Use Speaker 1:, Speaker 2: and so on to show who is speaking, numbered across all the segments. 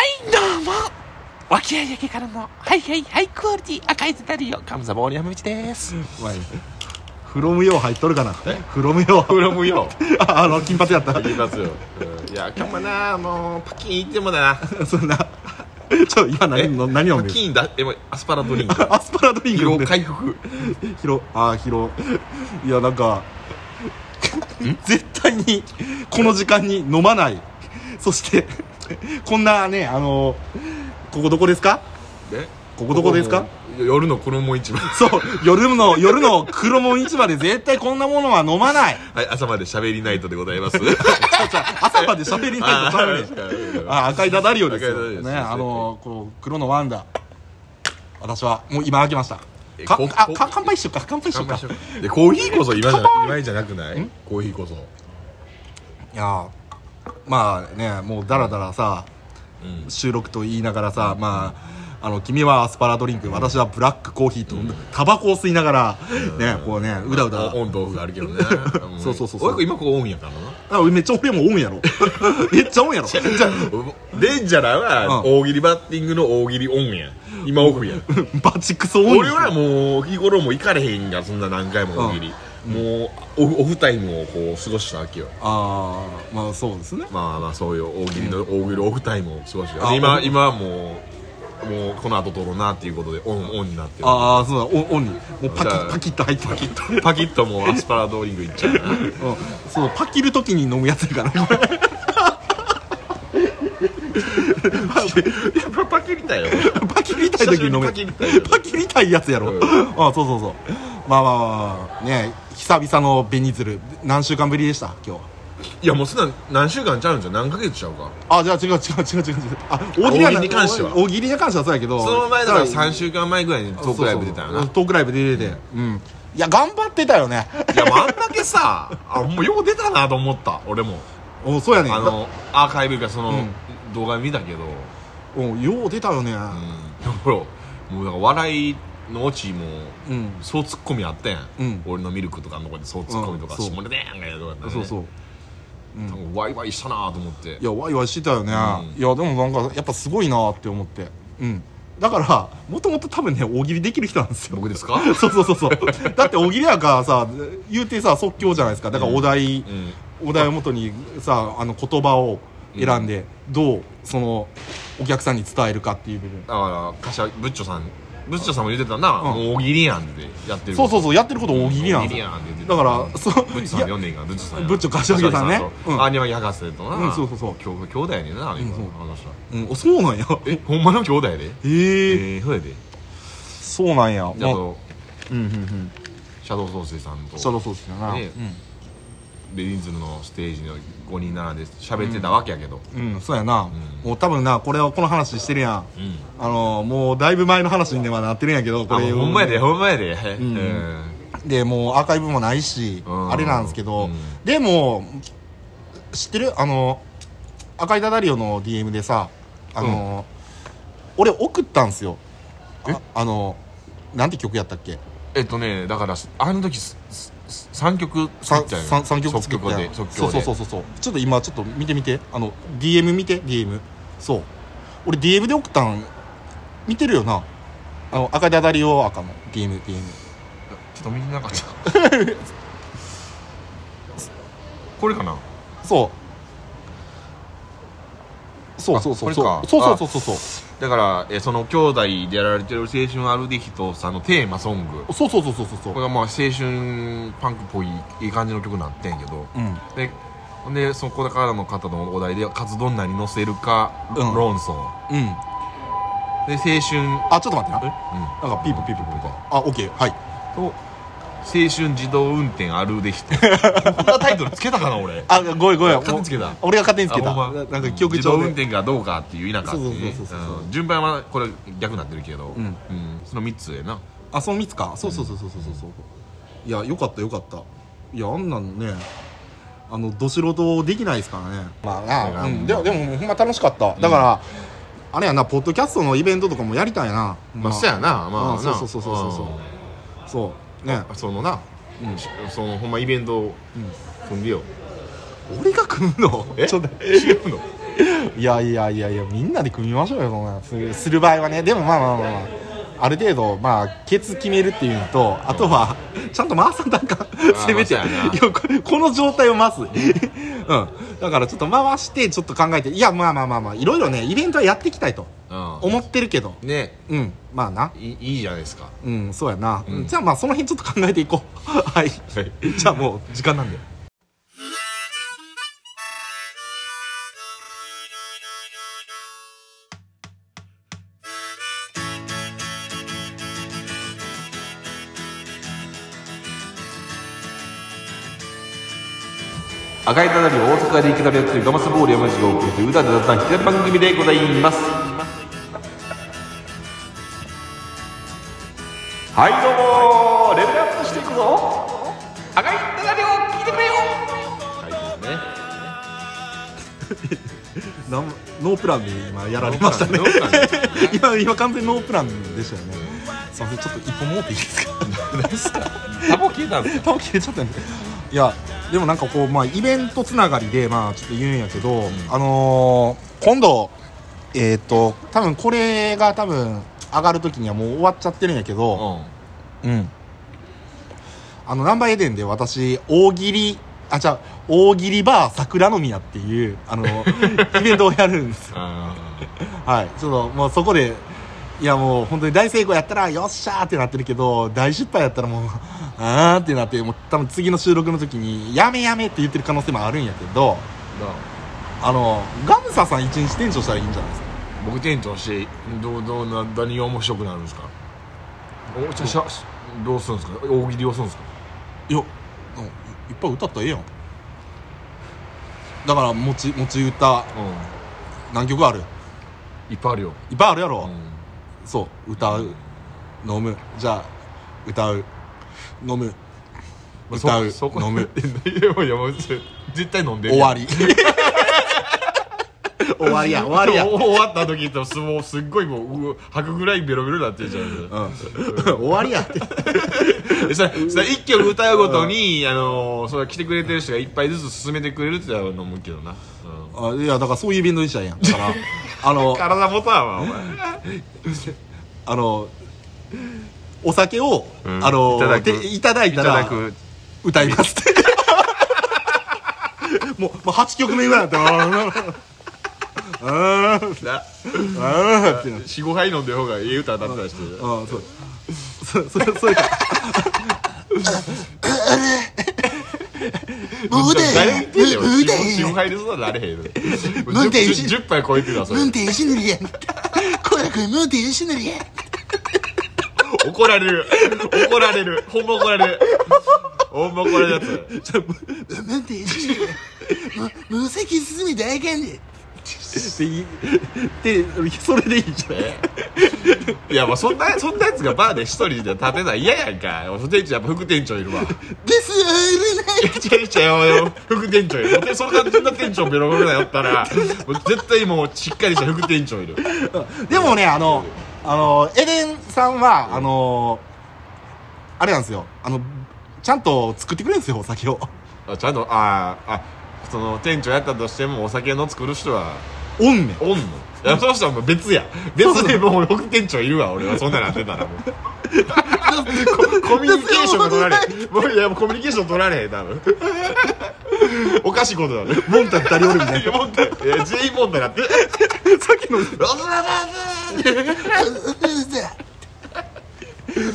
Speaker 1: んは脇あやけからのハイハイハイクオリティ赤いズダリオカムザボーリアム道です
Speaker 2: まあいいフロムよう入っとるかなフロムよ
Speaker 3: フロムよ
Speaker 2: う ああの金髪やった
Speaker 3: 言いますよ、うんいや今日もなもうパキン行ってもだな
Speaker 2: そんなちょっと今何の何飲
Speaker 3: パ
Speaker 2: んでる
Speaker 3: キンだえもうアスパラドリ ンク
Speaker 2: アスパラドリンク
Speaker 3: 疲
Speaker 2: 飲んで
Speaker 3: 労
Speaker 2: る
Speaker 3: 回復
Speaker 2: 疲労ああ疲労いやなんか 絶対にこの時間に飲まないそしてこんなねあのここどこですか
Speaker 3: で
Speaker 2: ここどこですか
Speaker 3: もう夜の衣市場
Speaker 2: そう夜の夜の黒門市場で絶対こんなものは飲まない
Speaker 3: はい朝まで喋りナイトでございます
Speaker 2: 朝まで喋りないとダメね
Speaker 3: あ
Speaker 2: あ赤いダダリオです
Speaker 3: 赤いダダリ
Speaker 2: よ、ね、
Speaker 3: オそうそう
Speaker 2: あのこの黒のワンダ私はもう今開けました
Speaker 3: え
Speaker 2: か
Speaker 3: こ
Speaker 2: あ
Speaker 3: こ
Speaker 2: か乾杯しようか乾杯しようかい
Speaker 3: ーでコーヒーこそ今じゃ今じゃなくないコーヒーこそ
Speaker 2: やーまあねもうダラダラさ
Speaker 3: うん
Speaker 2: 収録と言いながらさ、まああの君はアスパラドリンク、私はブラックコーヒーと、タバコを吸いながら、ねこうねうだうだ
Speaker 3: オンとオフがあるけ どねん
Speaker 2: そうそうそうそう
Speaker 3: 俺今ここオンやから
Speaker 2: あ
Speaker 3: な
Speaker 2: めっちゃ俺もオン やろめっちゃオンやろじゃ
Speaker 3: デンジャラは
Speaker 2: う
Speaker 3: 大喜利バッティングの大喜利オンや今オフや
Speaker 2: バチクソオン
Speaker 3: 俺はもう日頃も行かれへんがそんな何回も大喜利もうオフオフタイムをこう過ごしたわけよ
Speaker 2: ああまあそうですね
Speaker 3: まあまあそういう大喜利の大喜利オフタイムを過ごして
Speaker 2: あ
Speaker 3: 今
Speaker 2: オフ
Speaker 3: 今はもうもうこの後撮ろうなっていうことでオンオンになってる
Speaker 2: ああそうだオンオンにもうパキ
Speaker 3: じゃあ
Speaker 2: ッパキッと入ってる
Speaker 3: パキッともうアスパラドーリングいっちゃうな
Speaker 2: うんそうパキるときに飲むやつやから これ
Speaker 3: やっぱパキみたいよ
Speaker 2: パキりたいときに飲むやつ
Speaker 3: 久しぶりにパキりたいよね
Speaker 2: パキりたいやつやろ、
Speaker 3: うん
Speaker 2: あそうそうそうまあまあまあまあね久々の紅鶴何週間ぶりでした今日
Speaker 3: いやもうそんな何週間ちゃうんじゃん何ヶ月ちゃうか
Speaker 2: あじゃあ違う違う違う違う違うあ大喜利
Speaker 3: 大喜利に関しては
Speaker 2: 大喜利に関してはそうやけど
Speaker 3: その前だから
Speaker 2: 週
Speaker 3: 3週間前ぐらいにトークライブ出たよな
Speaker 2: トークライブ出ててうんいや頑張ってたよね
Speaker 3: いやもうあんだけさあもうよう出たなと思った俺も
Speaker 2: おそうやね
Speaker 3: あ
Speaker 2: ん
Speaker 3: のアーカイブがその、
Speaker 2: うん
Speaker 3: 動画見たけど、
Speaker 2: およう出たよね
Speaker 3: うん、ほらもうなんか笑いのオチも
Speaker 2: うん
Speaker 3: そうツッコミあったやん、
Speaker 2: うん
Speaker 3: 俺のミルクとかのとこでそうツッコミとか、
Speaker 2: うんそう
Speaker 3: 下ネタやんかやとか、ね、
Speaker 2: そうそう
Speaker 3: 多分ワイワイしたなと思って
Speaker 2: いやワイワイしてたよね、
Speaker 3: う
Speaker 2: いやでもなんかやっぱすごいなって思ってうんだからもともと多分ね大喜利できる人なんですよ
Speaker 3: 僕ですか
Speaker 2: そうそうそうそうだって大喜利やからさ言うてさ即興じゃないですかだからお題、
Speaker 3: うん
Speaker 2: お題をもとにさあの言葉を選んで、どうそのお客さんに伝えるかっていう部分
Speaker 3: だから柏木ブッチョさんブッチョさんも言ってたな、
Speaker 2: うん
Speaker 3: もう大喜利やんってやってる
Speaker 2: そうそうそうやってること大喜利なん
Speaker 3: 大
Speaker 2: ですよ
Speaker 3: んって言って
Speaker 2: だ
Speaker 3: た
Speaker 2: からそう
Speaker 3: ブッチョさん読んでんからブッチョさんや
Speaker 2: ブッチョ柏木さんね
Speaker 3: 柏木と
Speaker 2: うん
Speaker 3: アニマキ博士とな、
Speaker 2: うんそうそうそう
Speaker 3: 兄弟兄弟やねんなあの人
Speaker 2: うんそう
Speaker 3: あの人
Speaker 2: うん、おそうなんや
Speaker 3: えほんまの兄弟
Speaker 2: え
Speaker 3: で
Speaker 2: ー、
Speaker 3: ええそうやで
Speaker 2: そうなんや
Speaker 3: であ
Speaker 2: まあ
Speaker 3: と
Speaker 2: うんうんうん
Speaker 3: シャドウソースイさんと
Speaker 2: そりゃそうですよな、
Speaker 3: ねベリンズルのステージの5人並んで喋ってたわけやけど
Speaker 2: うん、うん、そうやな、
Speaker 3: うん
Speaker 2: もう多分なこれをこの話してるやん
Speaker 3: うん
Speaker 2: あのもうだいぶ前の話にはなってるんやけど
Speaker 3: あ
Speaker 2: こ
Speaker 3: も
Speaker 2: れ
Speaker 3: うほんまやで
Speaker 2: で
Speaker 3: ほんまやでうんん
Speaker 2: もうアーカイブもないし
Speaker 3: うん
Speaker 2: あれなんですけど、
Speaker 3: うん
Speaker 2: でも知ってるあの赤いダダリオの DM でさあの、俺送ったんすよああのなんて曲やったっけ
Speaker 3: えっとねだからあの時3曲作
Speaker 2: 三
Speaker 3: っちゃうよ
Speaker 2: 三三曲作った
Speaker 3: 即興
Speaker 2: や
Speaker 3: で
Speaker 2: ん
Speaker 3: 即
Speaker 2: そ
Speaker 3: 興
Speaker 2: う
Speaker 3: で
Speaker 2: そうそうそうそうちょっと今ちょっと見てみてあの DM 見て DM そう俺 DM で送ったん見てるよなあの赤いダダリオ赤の DMDM
Speaker 3: ちょっと見てなかったこれかな
Speaker 2: そう。そうそうそう
Speaker 3: あ
Speaker 2: そう。
Speaker 3: これ
Speaker 2: そ
Speaker 3: か
Speaker 2: うそうそうそうそ
Speaker 3: だからえその兄弟でやられてる青春アルディヒトさんのテーマソング
Speaker 2: う。そうそうそうそうそうそ
Speaker 3: こ
Speaker 2: う
Speaker 3: れ。がまあ青春パンクっぽいいい感じの曲になってんけど
Speaker 2: うん。
Speaker 3: でほんでそこからの方のお題で「カツ丼何乗せるか、
Speaker 2: うん
Speaker 3: 論争
Speaker 2: うん。」
Speaker 3: で青春
Speaker 2: あ、ちょっと待ってな。
Speaker 3: え
Speaker 2: なんかピープピープピープ。あ、オッケー。はい。
Speaker 3: と「青春自動運転あるで ひと」こんなタイトルつけたかな俺
Speaker 2: あ、ごめんごめん。
Speaker 3: 勝手につけた
Speaker 2: もう俺が勝手につけた。
Speaker 3: あほんま
Speaker 2: ななんか記憶
Speaker 3: 自動
Speaker 2: 上
Speaker 3: 運
Speaker 2: で。
Speaker 3: 転がどうかっていう田舎っていうね
Speaker 2: そうそうそうそうそう
Speaker 3: うん順番はこれ逆になってるけど、
Speaker 2: ん
Speaker 3: うんその3つやな
Speaker 2: あ、その3つか。そうそうそうそうそうそうそう。いや、よかったよかった。いや、あんなんね。あの、ど素人できないですからね。まあ
Speaker 3: な
Speaker 2: な。うん。でも、でも、ほんま楽しかった。だから、あれやな、ポッドキャストのイベントとかもやりたいな。
Speaker 3: まあそうやなまあ
Speaker 2: うん
Speaker 3: な
Speaker 2: そうそうそうそうそうそう。ね。
Speaker 3: うんそのな、しそのほんまイベントを組んでよ
Speaker 2: 俺が組むの
Speaker 3: え
Speaker 2: ちょっと
Speaker 3: 違うの
Speaker 2: いやいやいやいやみんなで組みましょうよそんなするする場合はねでもまあまあまあ、まあ、ある程度まあケツ決めるっていうのとあとはちゃんと回さんとあかんせめてい
Speaker 3: まあ
Speaker 2: や
Speaker 3: そうやな
Speaker 2: ここの状態を回すうんだからちょっと回してちょっと考えていやまあまあまあまあいろいろねイベントはやっていきたいと
Speaker 3: う
Speaker 2: 思ってるけど
Speaker 3: んね
Speaker 2: うんまあない
Speaker 3: いいいじゃないですか
Speaker 2: うんそうやな、
Speaker 3: うん
Speaker 2: じゃあまあその辺ちょっと考えていこう はい
Speaker 3: はい
Speaker 2: じゃあもう時間なんで
Speaker 1: 赤いたなりを大阪で生きたりやってるガマスボール山路がお送りする歌で雑談記念番組でございますはいどうもレベルアップしていくぞ赤いたなりを聞いてくれよ
Speaker 3: はいですね
Speaker 2: なんノープランで今やられましたね
Speaker 3: ノープランノープラ ン
Speaker 2: 今今完全にノープランでしたよねすいませんちょっと一本持っていいですか
Speaker 3: タバコ消えたんですよ
Speaker 2: 多分切れちゃったんでいやでもなんかこうまあイベントつながりでまあちょっと言うんやけど、あのー今度えっ、と多分これが多分上がる時にはもう終わっちゃってるんやけ
Speaker 3: う
Speaker 2: ど
Speaker 3: ん
Speaker 2: うんあのナンバーエデンで私大喜利あじゃあ大喜利バー桜の宮っていうあの イベントをやるんですよ
Speaker 3: あ
Speaker 2: はい、ちょっともうそこで、いやもう本当に大成功やったら、よっしゃーってなってるけど、大失敗やったらもう、 あーってなって、もう多分次の収録の時に、やめやめって言ってる可能性もあるんやけど、
Speaker 3: ーどう
Speaker 2: あの、ガムサさん一日店長したらいいんじゃないですか。
Speaker 3: 僕店長してどうどうな何が面白くなるんですかおちゃしゃどうするんですか大喜利をするんですか
Speaker 2: いや、いっぱい歌ったらええやん。だから、持ち、持ち歌、
Speaker 3: う
Speaker 2: 何曲ある
Speaker 3: んいっぱいあるよ、
Speaker 2: いっぱいあるやろ
Speaker 3: う、ん、
Speaker 2: そう、歌う、飲む。じゃあ、歌う、飲む、
Speaker 3: まあ
Speaker 2: 歌う
Speaker 3: そこ
Speaker 2: 飲む
Speaker 3: いやもういやもうそれ絶対飲んで
Speaker 2: 終わ
Speaker 3: り
Speaker 2: り。終わりや、終わりや。
Speaker 3: 終わった時とすもうすっごいもうう吐くぐらいベロベロになってるじゃん
Speaker 2: うん、終わりやって
Speaker 3: ささ一曲歌うごとに、あのー、それ来てくれてる人が一杯ずつ進めてくれるってのは飲むけどな、うん
Speaker 2: あいやだからそういうイベントにしたらええやんだからあの
Speaker 3: 体ボタンはお前
Speaker 2: あのお酒を、
Speaker 3: うん
Speaker 2: あの
Speaker 3: いただく
Speaker 2: でいただい
Speaker 3: い
Speaker 2: た
Speaker 3: た
Speaker 2: ら
Speaker 3: だく
Speaker 2: 歌いますって もうもう8曲目ぐらいだったあー
Speaker 3: な
Speaker 2: あーってなって
Speaker 3: 45杯飲んでる方がいい歌だったりして
Speaker 2: あーそうそそそれか
Speaker 3: もう
Speaker 2: 腕
Speaker 3: 誰も言ってんねん
Speaker 2: 腕
Speaker 3: 45杯でそうなれへんの
Speaker 2: 運転し
Speaker 3: 10, 杯超えてるわそれ
Speaker 2: テンシヌリやんコラ君ムンテンシヌリやん
Speaker 3: 怒られる怒られるほんま怒られるほんま怒られるやつ
Speaker 2: ムンテンシヌリやん無責進み大歓迎でそれでいいじゃん
Speaker 3: いやもうそんなそんなやつがバーで一人で立てない嫌やんか副店長やっぱ副店長いるわ
Speaker 2: ですあれない
Speaker 3: 違う違うよ副店長いるでそんなそんな店長ベロベロなやったらもう絶対もうしっかりした副店長いる
Speaker 2: でもね、あの、あの、エデンさんは、あの、あれなんですよ。あの、ちゃんと作ってくれるんですよ、お酒 を。
Speaker 3: あちゃんとあああその店長やったとしてもお酒の作る人は
Speaker 2: おんねん。
Speaker 3: おんのいやその人はもう別や別でもう副店長いるわ俺はそんななってたらも うココミュニケーションが取られへんもういやもうコミュニケーション取られへん多分おかしいことだね
Speaker 2: モンタ二人お るみたい
Speaker 3: いや問題いや全員問題だって
Speaker 2: な。さっきの、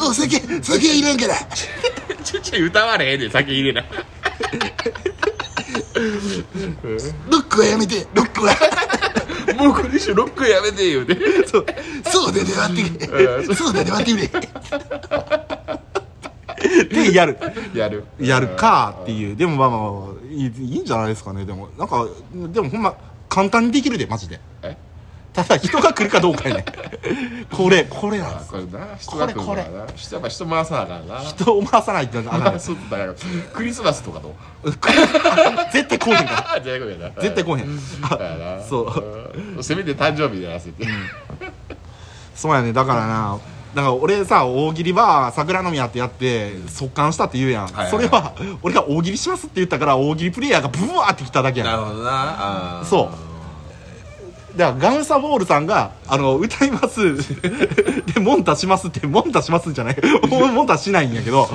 Speaker 2: お酒、酒入れんから。
Speaker 3: ちょちょ歌われへんで酒入れな
Speaker 2: ロックはやめて、ロックは。
Speaker 3: もうこれ以上ロックやめてよね
Speaker 2: そう、そうでね、割ってくれ。そうでね、割ってくれ。で、やる。
Speaker 3: やる
Speaker 2: やるかっていう。でもまあまあまあ、いいいいんじゃないですかね。でも、なんか、でもほんま、簡単にできるで、マジで。
Speaker 3: え
Speaker 2: ただ、人が来るかどう かやね。これ、これなんです。
Speaker 3: これな人が来るからな人やっぱ人回さなあかんな
Speaker 2: 人を回さないってなあかん
Speaker 3: 回
Speaker 2: ね
Speaker 3: すってだからクリスマスとかどう
Speaker 2: 絶対来うへんから。
Speaker 3: ああじゃあごめんな
Speaker 2: 絶対来うへん。
Speaker 3: だ
Speaker 2: あ
Speaker 3: からな
Speaker 2: そう
Speaker 3: うんせめて誕生日やらせて
Speaker 2: そうやね。だからな。だから俺さ、大喜利バー、桜の宮ってやって、速乾したって言うやん。
Speaker 3: はいはい
Speaker 2: それは、俺が大喜利しますって言ったから、大喜利プレイヤーがブワーって来ただけやん。
Speaker 3: ほどな
Speaker 2: そうだからガンサボールさんが「あの歌います」 で「モンタします」って「モンタします」じゃない モンタしないんやけど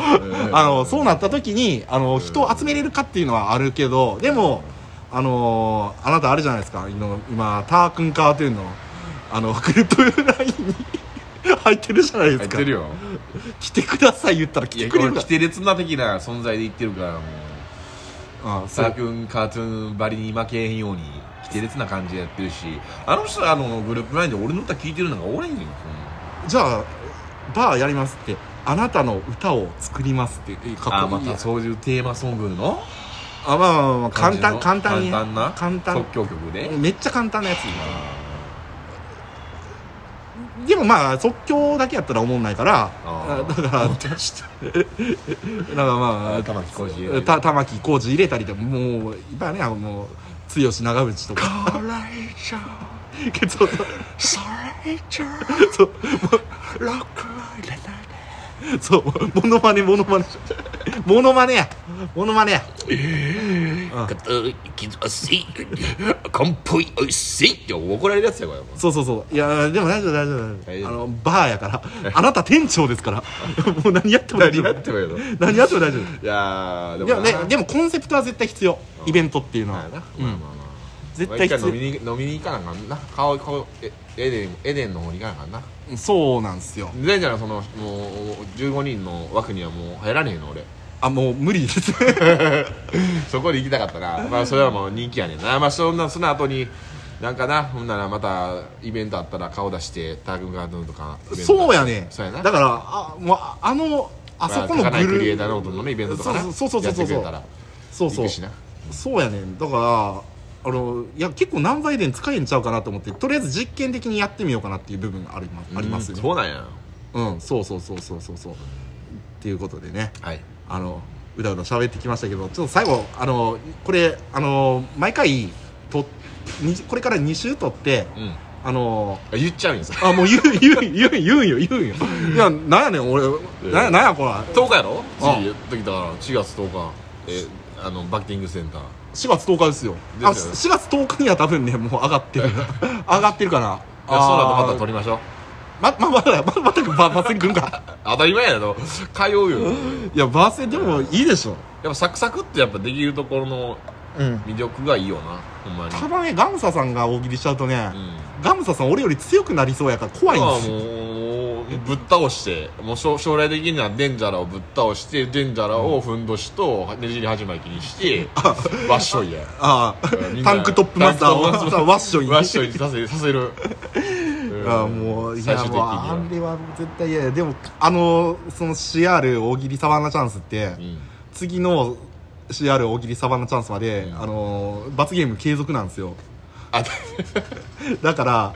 Speaker 2: あのそうなった時にあの人を集めれるかっていうのはあるけどでもあのあなたあれじゃないですか今今タークンカーというのあのグループラインに 入ってるじゃないで
Speaker 3: 入っ
Speaker 2: すか
Speaker 3: てるよ
Speaker 2: 来てください言ったら来
Speaker 3: いや
Speaker 2: てくれ
Speaker 3: 俺
Speaker 2: るか
Speaker 3: 規定列な的な存在で言ってるからもう
Speaker 2: あそ
Speaker 3: サー
Speaker 2: う
Speaker 3: クンカートゥーンばりに負けへんように規定列な感じでやってるしあの人あのグループラインで俺の歌聴いてるのがおれんよ
Speaker 2: じゃあバーやりますってあなたの歌を作りますってかっ
Speaker 3: あ
Speaker 2: こ
Speaker 3: ま
Speaker 2: いいや
Speaker 3: た
Speaker 2: つ
Speaker 3: そういうテーマソングの
Speaker 2: あまあまあまあ簡単簡
Speaker 3: 感じの
Speaker 2: 単に
Speaker 3: 簡単な
Speaker 2: 簡単
Speaker 3: 即興曲で
Speaker 2: めっちゃ簡単なやつでもまあ即興だけやったら思んないから
Speaker 3: あ
Speaker 2: だからだからまあ
Speaker 3: 玉置浩二
Speaker 2: た玉置浩二入れたりでももう今ねあのもう剛長渕とか
Speaker 3: あらいじゃん
Speaker 2: けど
Speaker 3: それじゃ
Speaker 2: そう
Speaker 3: ロックはいらない
Speaker 2: そうモノマネモノマネモノマネやモノマネや
Speaker 3: おいしい乾杯おいしいって怒られるやつやこれもう
Speaker 2: そうそうそういやでも大丈夫大丈夫
Speaker 3: 大
Speaker 2: 大丈夫
Speaker 3: 丈夫
Speaker 2: あのバーや からあなた店長ですからもう 何やっても大丈
Speaker 3: 何
Speaker 2: 夫
Speaker 3: やってもやろい
Speaker 2: 何やっても大丈夫
Speaker 3: やーで
Speaker 2: でもね
Speaker 3: な
Speaker 2: でもコンセプトは絶対必要イベントっていうの
Speaker 3: まあ
Speaker 2: は
Speaker 3: なまあまあまあ
Speaker 2: 絶
Speaker 3: まあ
Speaker 2: 対
Speaker 3: 一回
Speaker 2: 必
Speaker 3: 飲みに飲みに行かなあかんな顔顔えエデンエデンの方に行かなあかんな
Speaker 2: 要そうなんですよ
Speaker 3: 全じゃないそのもう15人の枠にはもう入らねえの俺
Speaker 2: あもう無理です
Speaker 3: そこで行きたかったなまあそれはもう人気やねんなまあそんなその後になんかなほんならまたイベントあったら顔出してタグガードとかイベント
Speaker 2: そうやね
Speaker 3: そうやな
Speaker 2: だからあもうああのあそこの
Speaker 3: まあ高
Speaker 2: グ
Speaker 3: 梨
Speaker 2: ル
Speaker 3: クリエイターノートのねイベントとかな
Speaker 2: そうそうそ
Speaker 3: や
Speaker 2: う
Speaker 3: っ
Speaker 2: そ
Speaker 3: て
Speaker 2: うそ
Speaker 3: くれ
Speaker 2: う
Speaker 3: たら
Speaker 2: そう
Speaker 3: 行
Speaker 2: そう
Speaker 3: くしな
Speaker 2: そうやねんだからあのいや結構何倍で使えんちゃうかなと思ってとりあえず実験的にやってみようかなっていう部分ありますあります
Speaker 3: うん
Speaker 2: ね
Speaker 3: そうなんや
Speaker 2: うん、そうそうそうそうそうそうっていうことでね
Speaker 3: はい
Speaker 2: あのうだうだ喋ってきましたけどちょっと最後あのこれあの毎回とにこれから2週取って
Speaker 3: うんあ
Speaker 2: あの
Speaker 3: 言っちゃうんやさ
Speaker 2: あもう言う言う言う言うんよ言うんよいやなんやねん俺ななんやこれ
Speaker 3: 10日やろ
Speaker 2: あ
Speaker 3: 次時だから4月10日えあのバッティングセンター
Speaker 2: 4月10日ですよ
Speaker 3: ですよ
Speaker 2: あ4月10日には多分ねもう上がってる上がってるから
Speaker 3: いやそうだとまた
Speaker 2: と
Speaker 3: 撮りましょう
Speaker 2: まままだままたばバスに来んか
Speaker 3: 当たり前やろ通うよ
Speaker 2: いやバースでもいいでしょ
Speaker 3: やっぱサクサクってやっぱできるところの
Speaker 2: うん
Speaker 3: 魅力がいいよなほんまに
Speaker 2: ただねガムサさんが大喜利しちゃうとね、
Speaker 3: うん
Speaker 2: ガムサさん俺より強くなりそうやから怖いんですよ
Speaker 3: もうぶっ倒してもう将将来的にはデンジャラをぶっ倒してデンジャラをふんどしとねじり始まきにしてわっしょいや
Speaker 2: ああ
Speaker 3: みんな
Speaker 2: タンクトップマスターを
Speaker 3: タンクトップマスタ
Speaker 2: ワッシ
Speaker 3: ー
Speaker 2: ョイに
Speaker 3: わっしょいにさせさせるうん
Speaker 2: ああもうい
Speaker 3: 最
Speaker 2: や
Speaker 3: 終的に
Speaker 2: もうあ
Speaker 3: は
Speaker 2: れは絶対嫌やでもあのその CR 大喜利サバンナチャンスって、
Speaker 3: うん
Speaker 2: 次の CR 大喜利サバンナチャンスまで、
Speaker 3: うん
Speaker 2: あの罰ゲーム継続なんですよ
Speaker 3: あ
Speaker 2: だから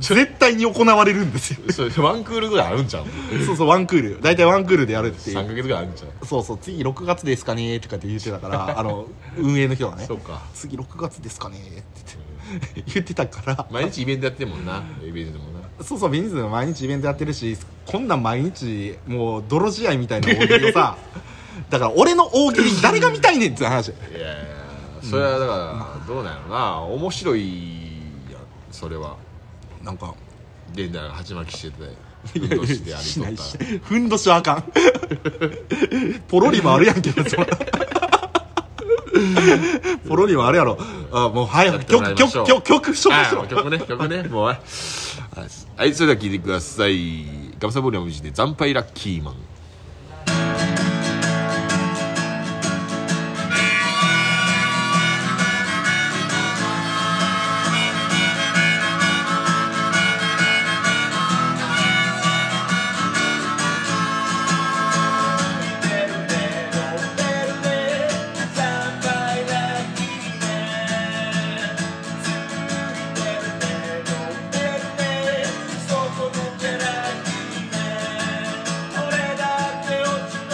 Speaker 2: 絶対に行われるんですよ
Speaker 3: それワンクールぐらいあるんちゃう
Speaker 2: そうそうワンクール大体ワンクールでやるってい
Speaker 3: 3
Speaker 2: う
Speaker 3: ヶ月ぐらいあるんちゃう
Speaker 2: そうそう次6月ですかねとかって言ってたからあの運営の人がね
Speaker 3: そうか
Speaker 2: 次6月ですかねって言って言ってたから
Speaker 3: 毎日イベントやってるもんなイベントでもな
Speaker 2: そうそうビニズム毎日イベントやってるしこんなん毎日もう泥試合みたいな大喜利を さだから俺の大喜利誰が見たいねんって話
Speaker 3: いやいやそれはだからどうなんやろな面白いやんそれは
Speaker 2: なんか
Speaker 3: 現代が鉢巻きしてて運動して歩い
Speaker 2: し
Speaker 3: と
Speaker 2: な
Speaker 3: っ
Speaker 2: い
Speaker 3: た
Speaker 2: しふんどしはあかんポロリもあるやんけどそれポロリもあるやろあもう早く
Speaker 3: や
Speaker 2: 曲
Speaker 3: ってもらいましょう
Speaker 2: 曲曲曲紹介し
Speaker 3: ら
Speaker 2: ろ
Speaker 3: あ曲ね曲ねもうはいはいそれでは聴いてくださいガムサボーリアムジで「惨敗ラッキーマン」
Speaker 4: 「そこの寺にね俺だ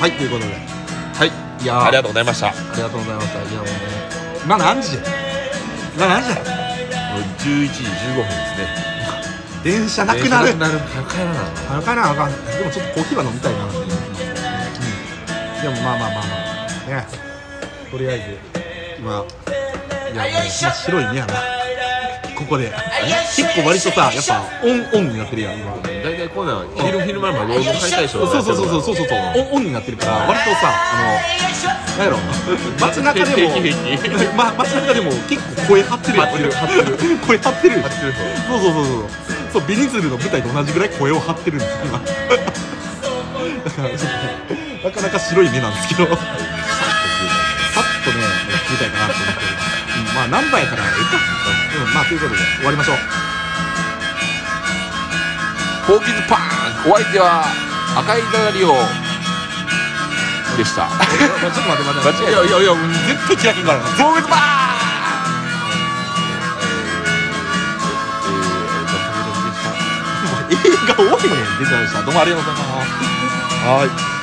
Speaker 2: はいということではいいやー
Speaker 3: ありがとうございました
Speaker 2: ありがとうございましたいやもうね今何時じゃ今何時だよ
Speaker 3: 11時15分ですね
Speaker 2: 電車なくなる
Speaker 3: なる早く帰らない
Speaker 2: あかなあかんでもちょっとコーヒーは飲みたいなって思ってますねうんでもまあまあまあまあねとりあえず今いやもう真っ白い目やなここで結構割とさやっぱオンオンになってるやん今
Speaker 3: 大体こんなん昼昼前まで労働解体ショ
Speaker 2: そうそうそうそうそうそうオンオンになってるから割とさあのなんやろ街中でも
Speaker 3: 平気平気平
Speaker 2: ま、街中でも結構声張ってるやん
Speaker 3: 張ってる 張って
Speaker 2: る声張ってるよ
Speaker 3: 気る方
Speaker 2: そうそうそうそうそうビニズルの舞台と同じぐらい声を張ってるんです今 だからちょっとなかなか白い目なんですけどさっとね聞きたいかなと思ってうんまあ何番やからええかうんまあということで終わりましょう
Speaker 3: フォーキズパーンお相手は赤いダダリオでした
Speaker 2: ちょっと待って待って待っ
Speaker 3: いやいやいや うん
Speaker 2: て絶対開けんからな
Speaker 3: フォーキズパーン
Speaker 2: 映画多いねん出ちゃいましたどうもありがとうございますはーい